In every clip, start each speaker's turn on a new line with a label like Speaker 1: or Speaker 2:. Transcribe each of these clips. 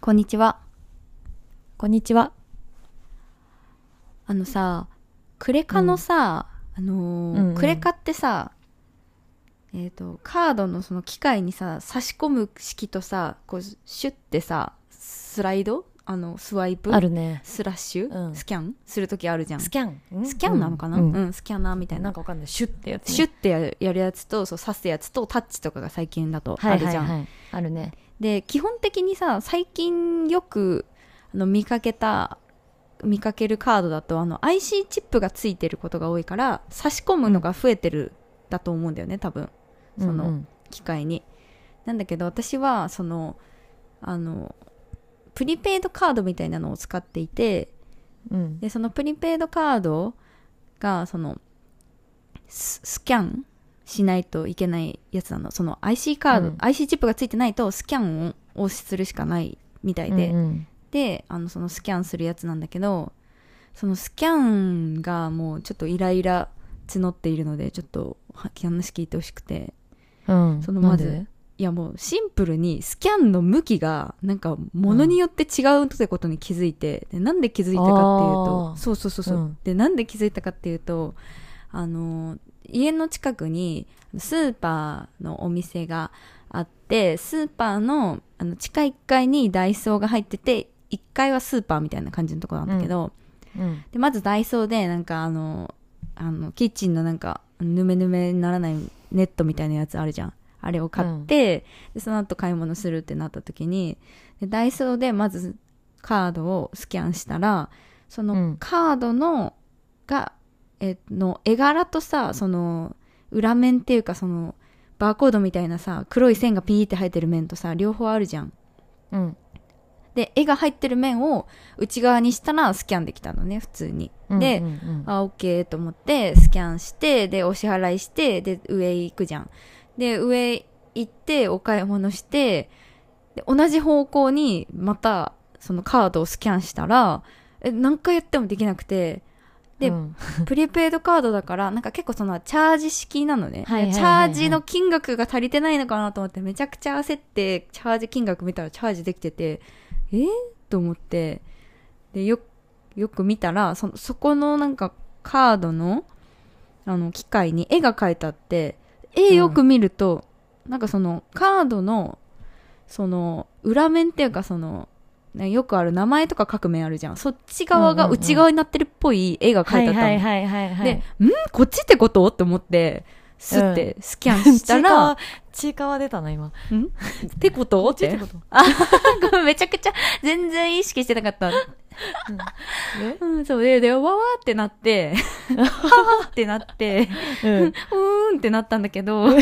Speaker 1: こんにちは。
Speaker 2: こんにちは。
Speaker 1: あのさ、クレカのさ、あのー
Speaker 2: うんうん
Speaker 1: クレカってさ、えっ、と、カードのその機械にさ、差し込む式とさ、こう、シュッてさ、スライドあの、スワイプ
Speaker 2: あるね。
Speaker 1: スラッシュ、
Speaker 2: うん
Speaker 1: スキャンするときあるじゃん。
Speaker 2: ス
Speaker 1: ス
Speaker 2: キャン。
Speaker 1: キャンなのかな、
Speaker 2: う
Speaker 1: うんん、スキャナーみたい
Speaker 2: な
Speaker 1: な。
Speaker 2: んかわかんない。シュッってやつね。
Speaker 1: シュッてやるやるやつと、そう、刺すやつと、タッチとかが最近だとあるじゃん。
Speaker 2: はいはいはいあるね。
Speaker 1: で基本的にさ最近よくあの見かけた見かけるカードだとあの IC チップがついてることが多いから差し込むのが増えてるだと思うんだよね多分その
Speaker 2: うん
Speaker 1: 機械に。なんだけど私はそのあのプリペイドカードみたいなのを使っていて
Speaker 2: うんうん。
Speaker 1: でそのプリペイドカードがそのススキャンしないといけないやつなのその IC カード、
Speaker 2: うん
Speaker 1: IC チップがついてないとスキャンを押しするしかないみたいで、
Speaker 2: うんうん
Speaker 1: であのそのスキャンするやつなんだけどそのスキャンがもうちょっとイライラ募っているのでちょっとは話聞いてほしくて
Speaker 2: うん。
Speaker 1: そのまず
Speaker 2: なんで
Speaker 1: いやもうシンプルにスキャンの向きがなんかものによって違うってことに気づいて、でなんで気づいたかっていうと
Speaker 2: あー
Speaker 1: そうそうそうそう、
Speaker 2: うん
Speaker 1: でなんで気づいたかっていうとあの家の近くにスーパーのお店があってスーパーのあの地下1階にダイソーが入ってて1階はスーパーみたいな感じのところなんだけど、
Speaker 2: うん。
Speaker 1: でまずダイソーでなんかあのあのキッチンのなんかぬめぬめにならないネットみたいなやつあるじゃんあれを買って、でその後買い物するってなった時にでダイソーでまずカードをスキャンしたらそ
Speaker 2: うん
Speaker 1: のカードのが、えの絵柄とさその裏面っていうかそのバーコードみたいなさ黒い線がピーって入ってる面とさ両方あるじゃん
Speaker 2: うん。
Speaker 1: で絵が入ってる面を内側にしたらスキャンできたのね普通に
Speaker 2: うん
Speaker 1: で
Speaker 2: うんうん
Speaker 1: あ、OK と思って、スキャンして、で、お支払いして、で、上行くじゃん。で、上行って、お買い物して、で、同じ方向に、また、そのカードをスキャンしたら、え、何回やってもできなくて、で
Speaker 2: うん
Speaker 1: プリペイドカードだから、なんか結構その、チャージ式なのね。
Speaker 2: はいはいはいはい
Speaker 1: チャージの金額が足りてないのかなと思って、めちゃくちゃ焦って、チャージ金額見たらチャージできてて、えーと思って、で、よ、よく見たら、その、そこのなんか、カードの、あの、機械に絵が描いてあって、絵よく見ると、なんかその、カードの、その、裏面っていうかその、ねよくある名前とか書く面あるじゃん。そっち側が内側になってるっぽい絵が
Speaker 2: は
Speaker 1: 描い
Speaker 2: い
Speaker 1: てあったの。
Speaker 2: はいはいはいはい。
Speaker 1: で、んこっちってことって思って、すってスキャンしたら、ん、
Speaker 2: ちいかわ出たな、今。
Speaker 1: ってことっ
Speaker 2: ちいって
Speaker 1: て
Speaker 2: こ。と
Speaker 1: ごめんめちゃくちゃ、全然意識してなかった。
Speaker 2: え
Speaker 1: うん、そうで、で、わわーってなって、はーってなって、
Speaker 2: うん。
Speaker 1: うーんってなったんだけど、あの、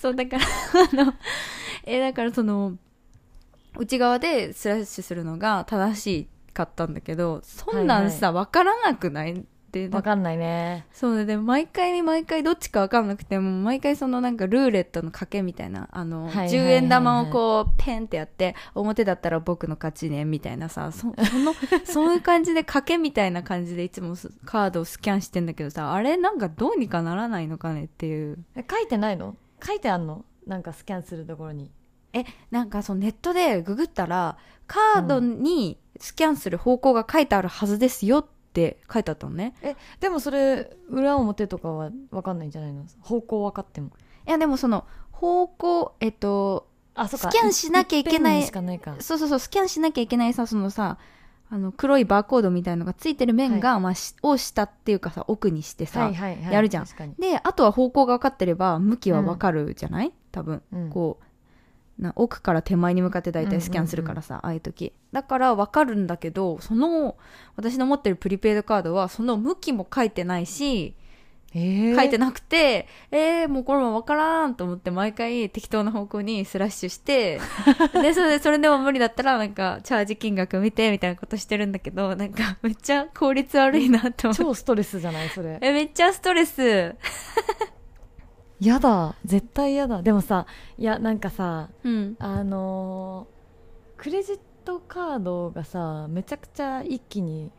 Speaker 1: そう、だから、あの、え、だからその、内側でスラッシュするのが正しかったんだけど、そんなんさ、わ、からなくないって、
Speaker 2: わかんないね。
Speaker 1: そうで毎回毎回どっちか分かんなくても毎回そのなんかルーレットの賭けみたいなあの、
Speaker 2: はいはいはい
Speaker 1: 10円玉をこうペンってやって表だったら僕の勝ちねみたいなさそ そのそういう感じで賭けみたいな感じでいつもすカードをスキャンしてんだけどさあれなんかどうにかならないのかねっていう
Speaker 2: え書いてないの書いてあんのなんかスキャンするところに。
Speaker 1: なんかそのネットでググったらカードにスキャンする方向が書いてあるはずですよって書いてあったのね
Speaker 2: え、でもそれ、裏表とかはわかんないんじゃないの方向わかっても。
Speaker 1: いやでもその方向えっと
Speaker 2: あ、そっか。
Speaker 1: スキャンしなきゃいけない
Speaker 2: っぺんにしかないか。
Speaker 1: そうそうそう、スキャンしなきゃいけないさ、そのさ、あの、黒いバーコードみたいのがついてる面が、まあ、しを下っていうかさ、奥にしてさ、
Speaker 2: はいはいはい。
Speaker 1: やるじゃん
Speaker 2: 確かに。
Speaker 1: で、あとは方向が分かってれば、向きは分かるじゃない、多分。
Speaker 2: うん
Speaker 1: こう、な奥から手前に向かって大体スキャンするからさ、ああいう時。だから分かるんだけど、その、私の持ってるプリペイドカードは、その向きも書いてないし、
Speaker 2: えー
Speaker 1: 書いてなくて、えー、もうこれもわからんと思って毎回適当な方向にスラッシュ して、で、それで、それでも無理だったらなんかチャージ金額見てみたいなことしてるんだけど、なんかめっちゃ効率悪いなと思って。
Speaker 2: 超ストレスじゃないそれ。
Speaker 1: え、めっちゃストレス。
Speaker 2: やだ。絶対やだ。でもさ、いや、なんかさ、
Speaker 1: うん。
Speaker 2: あのークレジットカードがさめちゃくちゃ一気に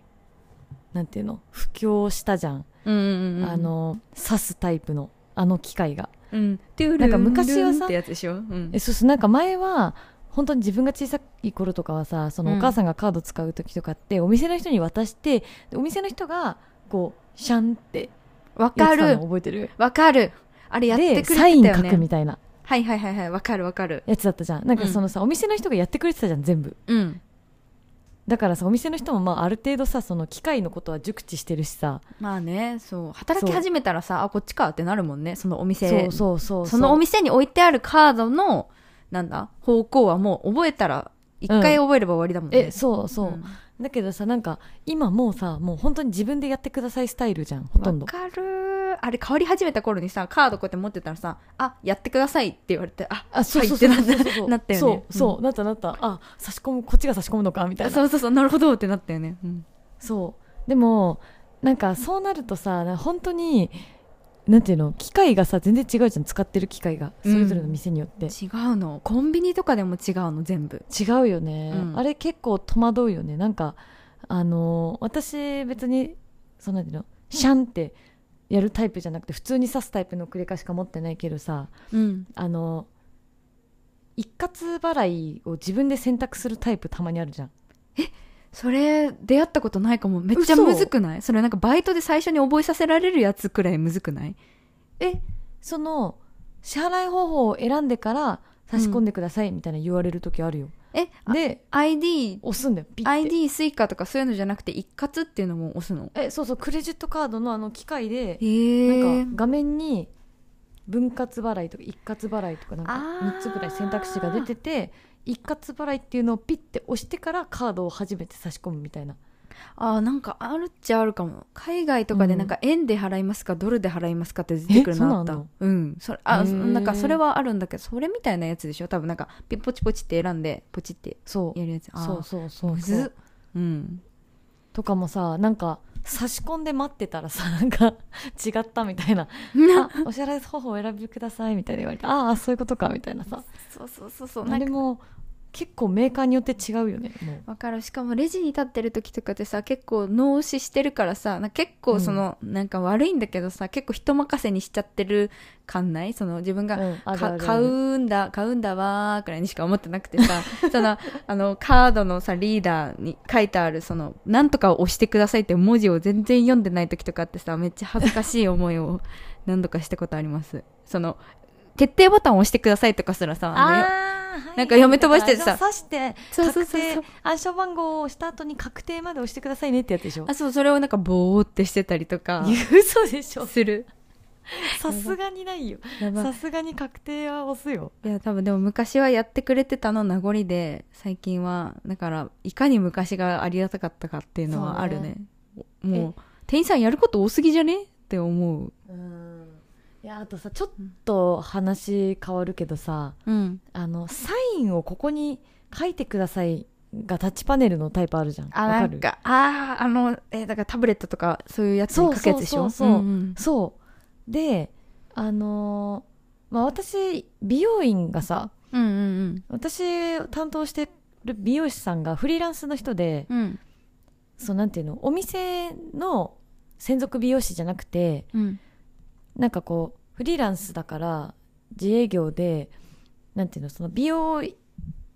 Speaker 2: なんていうの布教したじゃん、
Speaker 1: うんうんうん。
Speaker 2: あ、のー刺すタイプのあの機械が
Speaker 1: うん。トゥール
Speaker 2: なんか昔はさ
Speaker 1: ってやつでしょうん
Speaker 2: え。そうそうなんか前は本当に自分が小さい頃とかはさその
Speaker 1: うん
Speaker 2: お母さんがカード使う時とかって、お店の人に渡してでお店の人がこうシャンって
Speaker 1: わ
Speaker 2: やっ
Speaker 1: か
Speaker 2: てたの
Speaker 1: る
Speaker 2: 覚えてる
Speaker 1: わかるあれやって
Speaker 2: で
Speaker 1: くれて
Speaker 2: サ
Speaker 1: た
Speaker 2: イ
Speaker 1: よ
Speaker 2: ン
Speaker 1: ね
Speaker 2: 書くみたいな
Speaker 1: はいはいはいはいわかるわかる
Speaker 2: やつだったじゃんなんか
Speaker 1: うん
Speaker 2: そのさ、お店の人がやってくれてたじゃん全部
Speaker 1: うん
Speaker 2: だからさお店の人もまあある程度さその機械のことは熟知してるしさ
Speaker 1: まあねそう働き始めたらさあこっちかってなるもんねそのお店
Speaker 2: そうそうそうう
Speaker 1: そのお店に置いてあるカードのなんだ方向はもう覚えたら一回覚えれば終わりだもんね、
Speaker 2: えそうそう、だけどさなんか今もうさもう本当に自分でやってくださいスタイルじゃんほと
Speaker 1: わ
Speaker 2: んど
Speaker 1: かるーあれ変わり始めた頃にさカードこうやって持ってたらさ「あやってください」って言われて「あ
Speaker 2: あそうそう
Speaker 1: はいってな
Speaker 2: そうそうそう
Speaker 1: なったよね
Speaker 2: そうそう、
Speaker 1: う
Speaker 2: なったなったあ差し込むこっちが差し込むのかみたいなそう
Speaker 1: そうそうそうなるほど」ってなったよね、うん
Speaker 2: でもなんかそうなるとさな本当になんていうの機械がさ全然違うじゃん使ってる機械がそれぞれの店によって、
Speaker 1: 違うのコンビニとかでも違うの全部
Speaker 2: 違うよね、
Speaker 1: うん
Speaker 2: あれ結構戸惑うよねなんかあの私別にそのなんていうのシャンってやるタイプじゃなくて普通に刺すタイプのクレカしか持ってないけどさ
Speaker 1: うん
Speaker 2: あの一括払いを自分で選択するタイプたまにあるじゃん
Speaker 1: それ出会ったことないかもめっちゃ
Speaker 2: 嘘
Speaker 1: むずくないそれなんかバイトで最初に覚えさせられるやつくらいむずくない
Speaker 2: その支払い方法を選んでから差し込んでくださいみたいな言われる時あるよ、
Speaker 1: えあ
Speaker 2: で
Speaker 1: ID
Speaker 2: 押すんだよピッて
Speaker 1: ID スイカとかそういうのじゃなくて一括っていうのも押すの
Speaker 2: えそうそうクレジットカードのあの機械
Speaker 1: へ
Speaker 2: でな
Speaker 1: え
Speaker 2: んか画面に分割払いとか一括払いとかなんか
Speaker 1: あー
Speaker 2: 3つぐらい選択肢が出てて一括払いっていうのをピッて押してからカードを初めて差し込むみたいな
Speaker 1: あーなんかあるっちゃあるかも海外とかで
Speaker 2: うん
Speaker 1: なんか円で払いますか、ドルで払いますかって出てくるのあった
Speaker 2: えそうなの
Speaker 1: うんそれあ
Speaker 2: へー
Speaker 1: なんかそれはあるんだけどそれみたいなやつでしょ多分なんかピッポチポチって選んでポチって
Speaker 2: そう
Speaker 1: やるやつあー
Speaker 2: そうそうそう
Speaker 1: む
Speaker 2: そ
Speaker 1: ず
Speaker 2: う
Speaker 1: っうん
Speaker 2: とかもさなんか差し込んで待ってたらさなんか 違ったみたいな あお支払い方法を選びくださいみたいな言われてああそういうことかみたいなさ
Speaker 1: そうそうそうそうな
Speaker 2: あ
Speaker 1: ん
Speaker 2: れ
Speaker 1: か
Speaker 2: も結構メーカーによって違うよねもう
Speaker 1: わかるしかもレジに立ってる時とかってさ結構脳押ししてるからさなんか結構その、なんか悪いんだけどさ結構人任せにしちゃってる感ないその自分が
Speaker 2: うんあるあるあ
Speaker 1: か
Speaker 2: る
Speaker 1: 買うんだ買うんだわーくらいにしか思ってなくて さそのあのカードのさリーダーに書いてあるその「なんとかを押してください」って文字を全然読んでない時とかあってさめっちゃ恥ずかしい思いを 何度かしたことありますその決定ボタンを押してくださいとかすらさあのよ
Speaker 2: あーはい
Speaker 1: なんか嫁飛ばしてさ
Speaker 2: 刺して
Speaker 1: そうそう
Speaker 2: 確
Speaker 1: そうそ
Speaker 2: 定
Speaker 1: う
Speaker 2: 暗証番号を押した後に確定まで押してくださいねってやつでしょ
Speaker 1: あそうそれをなんかボーってしてたりとか
Speaker 2: いや嘘でしょ
Speaker 1: する
Speaker 2: さすがにないよ
Speaker 1: やば
Speaker 2: さすがに確定は押すよ
Speaker 1: いや多分でも昔はやってくれてたの名残で最近はだからいかに昔がありがたかったかっていうのはあるね
Speaker 2: ね
Speaker 1: もう店員さんやること多すぎじゃねって思う
Speaker 2: うんいやあとさちょっと話変わるけどさ
Speaker 1: うん
Speaker 2: あのサインをここに書いてくださいがタッチパネルのタイプあるじゃん
Speaker 1: あ
Speaker 2: わ
Speaker 1: な
Speaker 2: る
Speaker 1: んかあああのえだからタブレットとかそういうやつに書くやつでしょ
Speaker 2: そうそうそうそうん
Speaker 1: ん
Speaker 2: そうであのーまあ私美容院がさ
Speaker 1: うんうん
Speaker 2: 私担当してる美容師さんがフリーランスの人で、
Speaker 1: うんうん
Speaker 2: そうなんていうのお店の専属美容師じゃなくて
Speaker 1: うん
Speaker 2: なんかこうフリーランスだから自営業でなんていうのその美容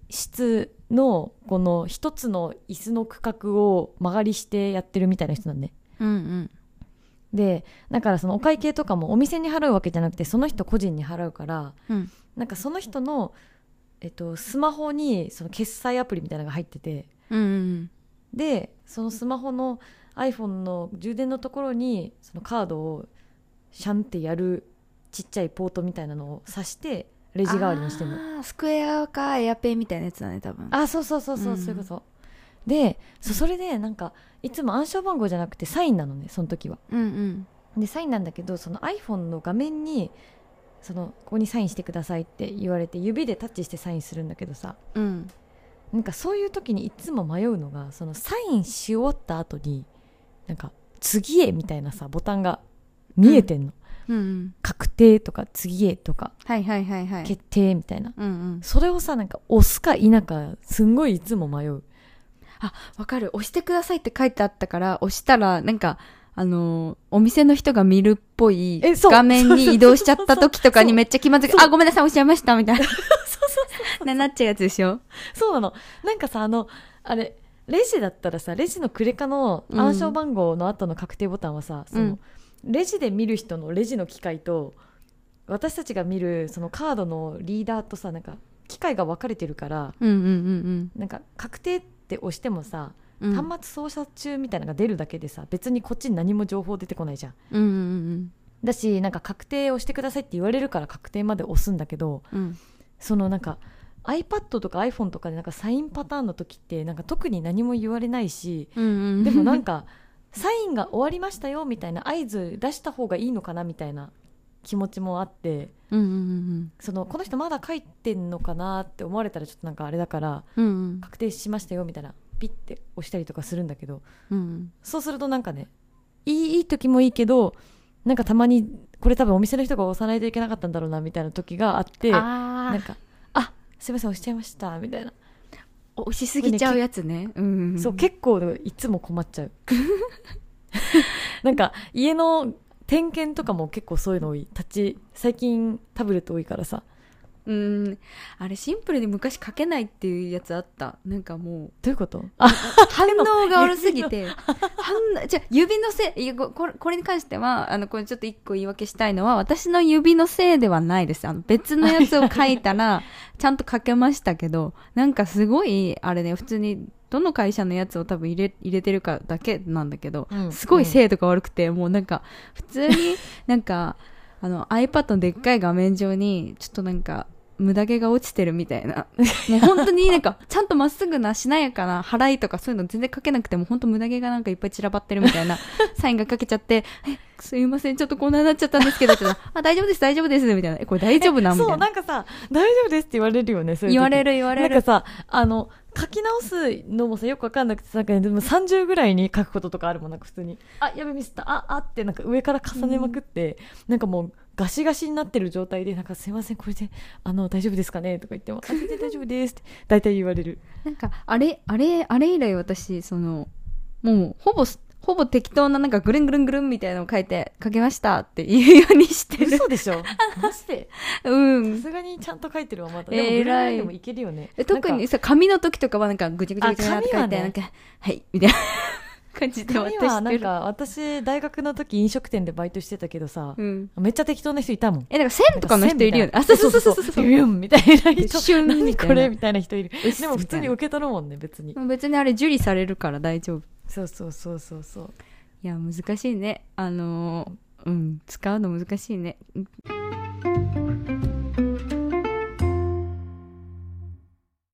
Speaker 2: 室のこの一つの椅子の区画を間借りしてやってるみたいな人なんで
Speaker 1: うんうん
Speaker 2: でだからそのお会計とかもお店に払うわけじゃなくてその人個人に払うから
Speaker 1: うん
Speaker 2: なんかその人の、えっと、スマホにその決済アプリみたいなのが入ってて
Speaker 1: うんうん
Speaker 2: でそのスマホの iPhone の充電のところにそのカードをシャンってやるちっちゃいポートみたいなのを挿してレジ代わりにしてるの
Speaker 1: あースクエアかエアペイみたいなやつだね多分
Speaker 2: あそうそうそうそう、
Speaker 1: うん
Speaker 2: そういうことでそそれでなんかいつも暗証番号じゃなくてサインなのねその時は
Speaker 1: うんうん
Speaker 2: でサインなんだけどその iPhone の画面にそのここにサインしてくださいって言われて指でタッチしてサインするんだけどさ
Speaker 1: うん
Speaker 2: なんかそういう時にいつも迷うのがそのサインし終わった後になんか「次へ」みたいなさボタンが見えてんの、
Speaker 1: うんうん
Speaker 2: 確定とか「次へ」とか
Speaker 1: はいはいはいは
Speaker 2: 「
Speaker 1: い
Speaker 2: 決定」みたいな、
Speaker 1: うんうん
Speaker 2: それをさなんか押すか否かすんごいいつも迷う
Speaker 1: わかる。押してくださいって書いてあったから、押したら、なんか、あのーお店の人が見るっぽい
Speaker 2: えそう
Speaker 1: 画面に移動しちゃった時とか
Speaker 2: そうそうそうそ
Speaker 1: に
Speaker 2: う
Speaker 1: めっちゃ気まずい。
Speaker 2: そう
Speaker 1: あ、ごめんなさい、押しちゃいました、みたいな。
Speaker 2: そうそう
Speaker 1: ななっちゃうやつでしょ
Speaker 2: そうなのなんかさあのあれレジだったらさレジのクレカの
Speaker 1: うん
Speaker 2: 暗証番号の後の確定ボタンはさ、そのレジで見る人のレジの機械と私たちが見るそのカードのリーダーとさなんか機械が分かれてるから
Speaker 1: うんうんうん
Speaker 2: なんか確定って押してもさ、
Speaker 1: うんうん
Speaker 2: 端末操作中みたいなのが出るだけでさ別にこっちに何も情報出てこないじゃん
Speaker 1: うんうん
Speaker 2: だしなんか確定をしてくださいって言われるから確定まで押すんだけど
Speaker 1: うんうん
Speaker 2: そのなんか iPad とか iPhone とかでなんかサインパターンの時ってなんか特に何も言われないし
Speaker 1: うんうん
Speaker 2: でもなんかサインが終わりましたよみたいな合図出した方がいいのかなみたいな気持ちもあって
Speaker 1: うんうん
Speaker 2: そのこの人まだ書いてんのかなって思われたらちょっとなんかあれだから
Speaker 1: うんうん
Speaker 2: 確定しましたよみたいなピッて押したりとかするんだけど
Speaker 1: うんうん
Speaker 2: そうするとなんかねいいいい時もいいけどなんかたまにこれ多分お店の人が押さないといけなかったんだろうなみたいな時があってな
Speaker 1: あ
Speaker 2: んか「あすいません押しちゃいました」みたいな、
Speaker 1: あ押しすぎちゃうやつねうんん
Speaker 2: そう結構いつも困っ ちゃうなんか家の点検とかも結構そういうの多い立ち最近タブレット多いからさ
Speaker 1: うんあれシンプルに昔書けないっていうやつあったなんかもう
Speaker 2: どういうことあ
Speaker 1: 反応が悪すぎて反応じゃあ指のせいいやここれこれに関してはあのこれちょっと一個言い訳したいのは私の指のせいではないですあの別のやつを書いた らちゃんと書けましたけどなんかすごいあれね普通にどの会社のやつを多分入れ入れてるかだけなんだけど、
Speaker 2: うん
Speaker 1: すごい精度が悪くて、もうなんか普通に なんかあの iPad のでっかい画面上にちょっとなんか無駄毛が落ちてるみたい なもう本当になんかちゃんとまっすぐなしなやかな払いとかそういうの全然書けなくても本当無駄毛がなんかいっぱい散らばってるみた いなサインが書けちゃって「えすいませんちょっとこんなになっちゃったんですけど」って言ったらあ大丈夫です大丈夫です」みたいな「えこれ大丈夫なん?」みた
Speaker 2: そう
Speaker 1: いな
Speaker 2: なんかさ「大丈夫です」って言われるよねそういう時
Speaker 1: 言われる言われ
Speaker 2: なん
Speaker 1: る
Speaker 2: かさあの書き直すのもさよくわかんなくてさなんかでも30ぐらいに書くこととかあるもんなんか普通に「あやべミスったああ」ってなんか上から重ねまくって、なんかもうガシガシになってる状態で「なんかすいませんこれであの大丈夫ですかね?」とか言っても「あ全然大丈夫です」って大体言われる
Speaker 1: なんかあれあれあれ以来私そのもうほぼほぼ適当ななんかぐるんぐるんぐるんみたいなのを書いて書けましたって言うようにしてる
Speaker 2: 嘘でしょマジで
Speaker 1: うん
Speaker 2: さすがにちゃんと書いてるわまだ、
Speaker 1: えー
Speaker 2: でもぐら
Speaker 1: 偉い
Speaker 2: いでもいけるよね
Speaker 1: え特にさ、紙の時とかはなんかぐちゃぐちゃぐちゃって書い
Speaker 2: あ紙
Speaker 1: て、
Speaker 2: はね
Speaker 1: なんか、はい、みたいな 感じで
Speaker 2: 紙
Speaker 1: 渡
Speaker 2: は
Speaker 1: し
Speaker 2: な
Speaker 1: て
Speaker 2: ん
Speaker 1: る。
Speaker 2: か私大学の時飲食店でバイトしてたけどさ、
Speaker 1: うん。
Speaker 2: めっちゃ適当な人いたもん
Speaker 1: え、なんか線とかの人いるよね。あ、そうそうそうそうそう。
Speaker 2: ビュンみたいな
Speaker 1: で
Speaker 2: 人。
Speaker 1: シュンみたいな
Speaker 2: 何これみたいな人いる。
Speaker 1: うっす
Speaker 2: でも普通に受け取るもんね、別に。
Speaker 1: 別にあれ受理されるから大丈夫。
Speaker 2: そうそうそうそうそう。
Speaker 1: いや、難しいね。あのーうん、使うの難しいね。うん